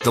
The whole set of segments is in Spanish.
The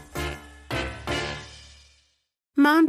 Mom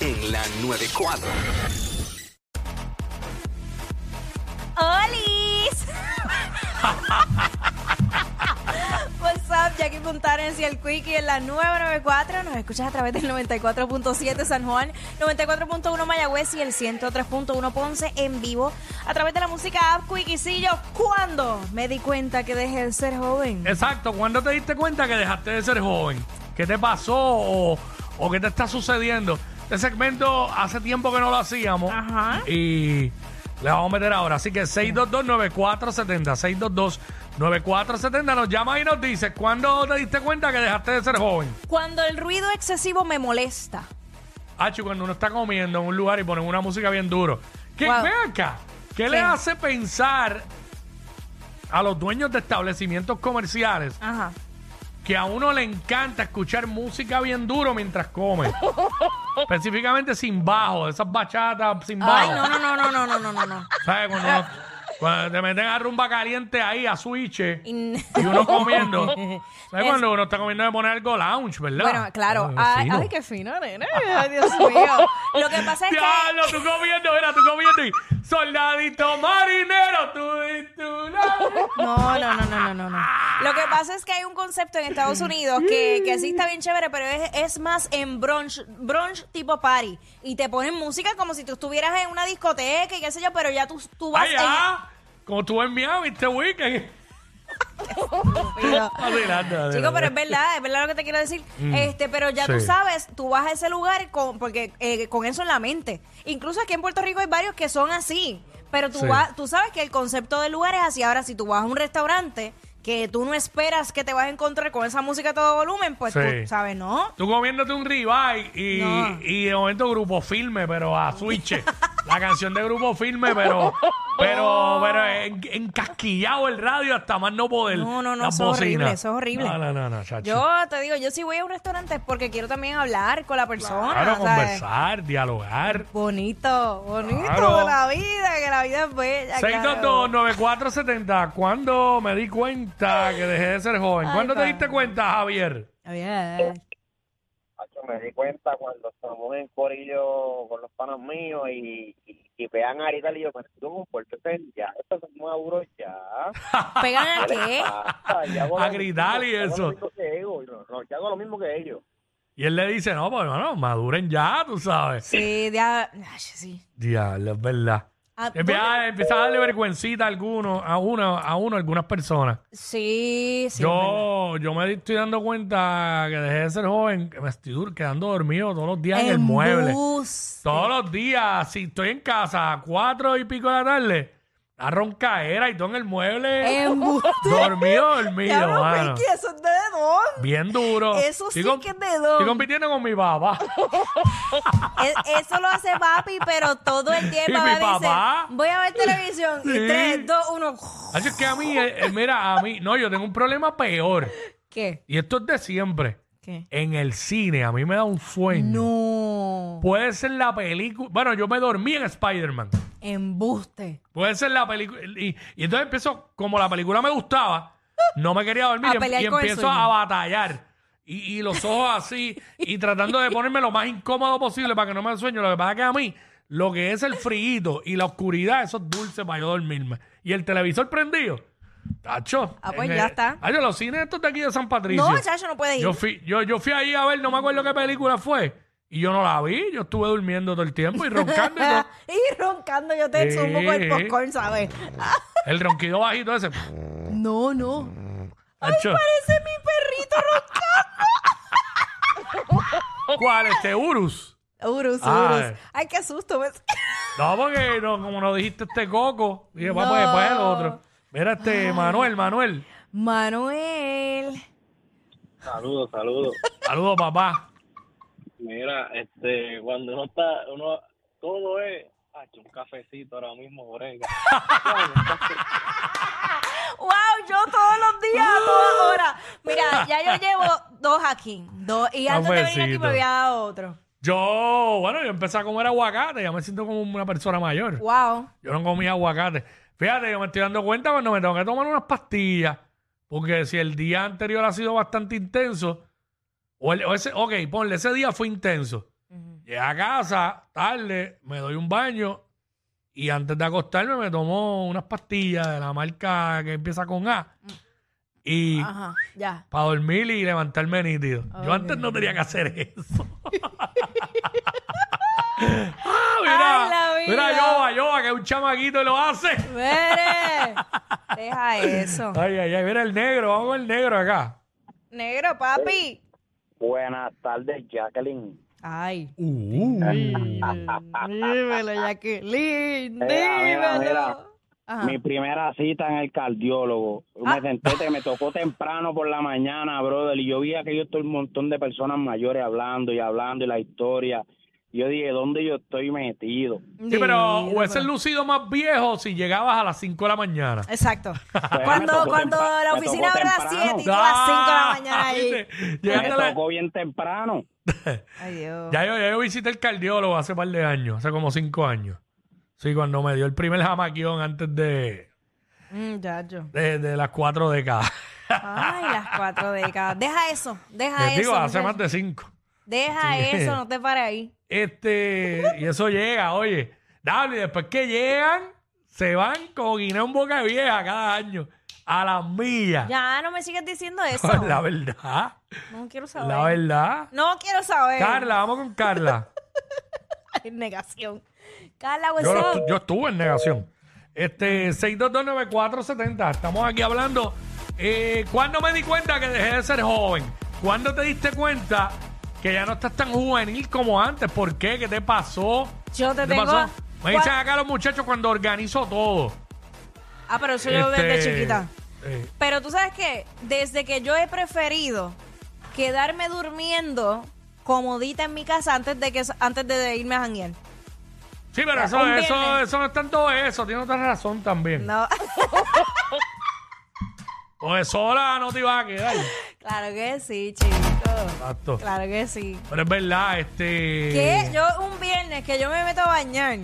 En la 94. ¡Olis! What's up, Jackie Fontanes y el Quickie en la 994. Nos escuchas a través del 94.7 San Juan, 94.1 Mayagüez y el 103.1 Ponce en vivo a través de la música app Quickiecillo. ¿Cuándo me di cuenta que dejé de ser joven? Exacto, ¿cuándo te diste cuenta que dejaste de ser joven? ¿Qué te pasó o, o qué te está sucediendo? Este segmento hace tiempo que no lo hacíamos Ajá. y le vamos a meter ahora. Así que 622-9470, 622-9470 nos llama y nos dice, ¿cuándo te diste cuenta que dejaste de ser joven? Cuando el ruido excesivo me molesta. Hacho, Ah, cuando uno está comiendo en un lugar y ponen una música bien duro. ¿Qué, Wow. ven acá, ¿qué le hace pensar a los dueños de establecimientos comerciales Ajá. que a uno le encanta escuchar música bien duro mientras come. Específicamente sin bajo, esas bachatas sin bajo. Ay, no, no, no, no, no, no, no, no, no. ¿Sabes? Cuando, uno- cuando te meten a rumba caliente ahí, a switch, eh, y uno comiendo. ¿Sabes? Cuando uno está comiendo de poner algo lounge, ¿verdad? Bueno, claro. Ah, Ay, fino. ay, qué fino, nene. Ay, Dios mío. Lo que pasa es Diablo, que. tú comiendo, era tú comiendo y soldadito marinero, tú y tú. No, no, la- no, no, no, no, no. Lo que pasa es que hay un concepto en Estados Unidos que, que sí está bien chévere, pero es, es más en brunch, brunch tipo party. Y te ponen música como si tú estuvieras en una discoteca y qué sé yo, pero ya tú, tú vas Ay, ah, como tú en Miami este weekend. en. Adelante, adelante. Mm. Chico, pero es verdad, es verdad lo que te quiero decir. este, pero ya tú sí. sabes, tú vas a ese lugar con, porque eh, con eso en la mente. Incluso aquí en Puerto Rico hay varios que son así, pero tú Sí. vas, tú sabes que el concepto del lugar es así. Ahora, si tú vas a un restaurante que tú no esperas que te vas a encontrar con esa música a todo volumen, pues Sí. tú sabes, ¿no? Tú comiéndote un ribeye y, No. y de momento grupo firme, pero a switch. la canción de grupo firme, pero pero pero en- encasquillado el radio hasta más no poder. No, no, no, Las eso es horrible, bocinas. eso es horrible. No, no, no, no, chacho. Yo te digo, yo sí voy a un restaurante es porque quiero también hablar con la persona. claro, o sea, conversar, dialogar. Bonito, bonito Claro. la vida, que la vida es bella. claro. 6229470. ¿Cuándo me di cuenta que dejé de ser joven? Ay, ¿Cuándo te padre. diste cuenta, Javier? Ah, bien. Macho, me di cuenta cuando estamos en corillo con los panos míos y, y, y pegan a gritar y yo, pero tú, ¿por qué te- ya? Estos son maduros ya. ¿Pegan a qué? Ah, yo hago A lo gritar y mismo, yo eso. hago lo mismo que ellos, yo, no, yo hago lo mismo que ellos. Y él le dice, no, pues bueno, maduren ya, tú sabes. Sí, de a- Ay, sí. Diablo, es verdad. Ah, ¿dónde- Empieza, empieza a darle vergüencita a alguno, a uno, a uno, a algunas personas. Sí, sí. es yo, yo me estoy dando cuenta que dejé de ser joven, que me estoy dur- quedando dormido todos los días verdad. en el mueble. Embuste. Todos los días, si estoy en casa a cuatro y pico de la tarde, la roncaera y todo en el mueble. Embuste. dormido, dormido, Diablo, mano. Pinky, ¿eso es de dónde? Bien duro. Eso sí com- que es de don. Estoy compitiendo con mi papá. E- Eso lo hace papi, pero todo el ¿Y tiempo mi me dice, papá? voy a ver televisión. Sí. Y 3, 2, 1. Así es que a mí, eh, eh, mira, a mí, no, yo tengo un problema peor. ¿Qué? Y esto es de siempre. ¿Qué? En el cine, a mí me da un sueño. No. Puede ser la película. Bueno, yo me dormí en Spider-Man. Embuste. Puede ser la película. Y, y entonces empiezo, como la película me gustaba, no me quería A dormir y, em- pelear y con el empiezo sueño. a batallar. Y, y los ojos así, y tratando de ponerme lo más incómodo posible para que no me dé sueño. Lo que pasa es que a mí, lo que es el frío y la oscuridad, eso es dulce para yo dormirme. Y el televisor prendido. Tacho. Ah, pues en ya el- está. Ay, yo, los cines estos de aquí de San Patricio. No, chacho, no puede ir. Yo fui, yo, yo fui ahí a ver, no me acuerdo qué película fue. Y yo no la vi, yo estuve durmiendo todo el tiempo y roncando y todo. Ah, y roncando, yo te Sí. sumo con el popcorn, ¿sabes? El ronquido bajito ese. No, no. Acho. Parece mi perrito ¿Cuál? Este Urus. roncando. Urus, Ah, Urus. eh. Ay, qué susto. ¿ves? No, porque no, como no dijiste este coco, dije, va, pues, No. pues el otro. Mira este Manuel, Manuel. Manuel. Saludos, saludos. Saludos, papá. Mira, este, cuando uno está, uno, todo es, ah, un cafecito ahora mismo, brega. ¡Wow! Yo todos los días, a todas horas. Mira, ya yo llevo dos aquí. Dos. Y antes de venir aquí Cafecito. me había dado otro. Yo, bueno, yo empecé a comer aguacate, ya me siento como una persona mayor. ¡Wow! Yo no comía aguacate. Fíjate, yo me estoy dando cuenta cuando me tengo que tomar unas pastillas. Porque si el día anterior ha sido bastante intenso, o, el- o ese, ok, ponle, ese día fue intenso. Llegué a casa, tarde, me doy un baño y antes de acostarme me tomo unas pastillas de la marca que empieza con A. Y Ajá, ya. para dormir y levantarme nítido. Ok. Yo antes no tenía que hacer eso. ah, mira, Ay, la vida. mira, Yoba, Yoba, que un chamaquito lo hace. ¡Mere! Deja eso. Ay, ay, ay, mira el negro, vamos con el negro acá. Negro, papi. Buenas tardes, Jacqueline. Ay. Uh, Dímelo, Jacqueline. Mira, mira, mira. Dímelo. Ajá. Mi primera cita en el cardiólogo. Ah. Me senté que me tocó temprano por la mañana, brother, y yo vi aquello todo un montón de personas mayores hablando y hablando y la historia. Yo dije, ¿dónde yo estoy metido? sí, pero hubiese lucido más viejo si llegabas a las 5 de la mañana. Exacto. Pues, me Cuando, tocó cuando tempra- la me oficina tocó abre a las temprano. 7 y tú a las 5 de la mañana Ah, ahí. ¿viste? Llegaste Me a la- tocó bien temprano. Ay, Dios. Ya yo, ya yo visité el cardiólogo hace par de años, hace como 5 años. Sí, cuando me dio el primer jamaquión antes de, Mm, ya, yo. de, de las cuatro décadas. Ay, las cuatro décadas. Deja eso, deja Les Ah, eso. digo, hace muchacho. más de cinco. Deja eso, no te pares ahí. Este, y eso llega, oye. Dale, y después que llegan, se van con guineo en boca vieja cada año. A las millas. Ya no me sigas diciendo eso. La verdad. No quiero saber. La verdad. No quiero saber. Carla, vamos con Carla. Ay, negación. Carla, what's Yo, lo up? estu- yo estuve en negación. Este, 6229470. Estamos aquí hablando. Eh, ¿Cuándo me di cuenta que dejé de ser joven? ¿Cuándo te diste cuenta que ya no estás tan juvenil como antes? ¿Por qué? ¿Qué te pasó? Yo te ¿Qué tengo- pasó? Me dicen ¿Cuál- acá los muchachos cuando organizo todo. Ah, pero eso yo Este, desde chiquita. eh, Pero tú sabes que desde que yo he preferido quedarme durmiendo comodita en mi casa antes de que antes de irme a janguear. sí, pero Ya, eso, un eso, viernes. eso no es tanto eso. Tiene otra razón también. No, Pues sola no te iba a quedar. claro que sí, chico. Exacto. Claro que sí. Pero es verdad, este. Que yo un viernes que yo me meto a bañar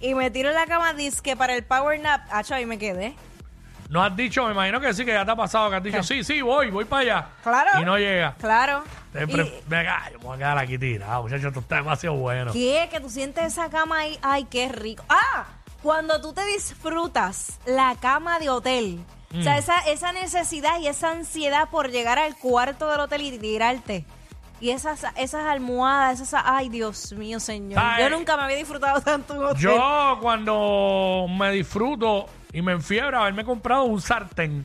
y me tiro en la cama disque para el power nap, acho, ahí me quedé. No has dicho, me imagino que sí, que ya te ha pasado, que has dicho, sí, sí, voy, voy para allá. Claro. Y no llega. Claro. Te Y- pre- Venga, yo me voy a quedar aquí tirado, muchachos, esto está demasiado bueno. ¿Qué? Que tú sientes esa cama ahí. Ay, qué rico. Ah, cuando tú te disfrutas la cama de hotel. O Mm. sea, esa, esa necesidad y esa ansiedad por llegar al cuarto del hotel y tirarte. Y esas, esas almohadas, esas... Ay, Dios mío, señor. Ay. Yo nunca me había disfrutado tanto un hotel. Yo cuando me disfruto y me enfiebro haberme comprado un sartén.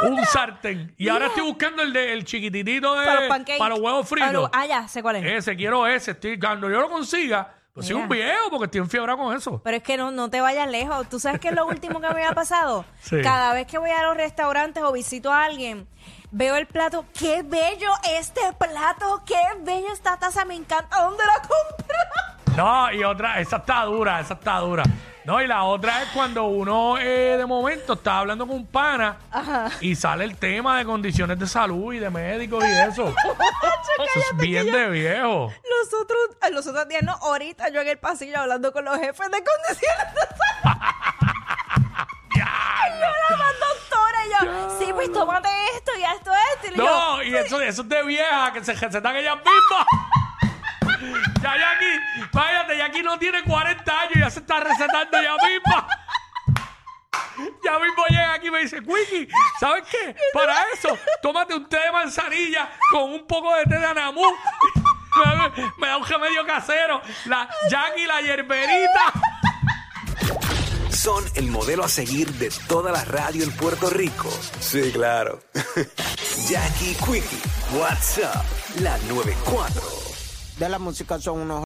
Un sartén. Y ahora estoy buscando el de el chiquititito de Para los pancakes. para los Para huevos fritos. Eh, los- ah, ya, sé cuál es. Ese, quiero ese. Estoy, cuando yo lo consiga, pues soy Mira. un viejo porque estoy enfiebrado con eso. Pero es que no, no te vayas lejos. ¿Tú sabes qué es lo último que me ha pasado? Sí. Cada vez que voy a los restaurantes o visito a alguien, veo el plato. ¡Qué bello este plato! ¡Qué bello esta taza! Me encanta. ¿Dónde la compré? No, y otra, esa está dura, esa está dura. No, y la otra es cuando uno eh, de momento está hablando con un pana y sale el tema de condiciones de salud y de médicos y eso. eso es bien de viejo. Los otros, ay, los otros días, no, ahorita yo en el pasillo hablando con los jefes de condiciones de salud. Y yo la más doctora y yo, sí, pues tómate esto y haz esto, esto. Y yo, No, y eso, eso es de vieja que se recetan ellas mismas. ya Jackie, váyate, Jackie no tiene 40 años y ya se está recetando ella misma. ya mismo llega aquí y me dice, Quickie, ¿sabes qué? Para eso, tómate un té de manzanilla con un poco de té de anamú. Me da- Me da un remedio casero. La Jackie, la yerberita. Son el modelo a seguir de toda la radio en Puerto Rico. Sí, claro. Jackie Quickie, WhatsApp, la 94. De la música son unos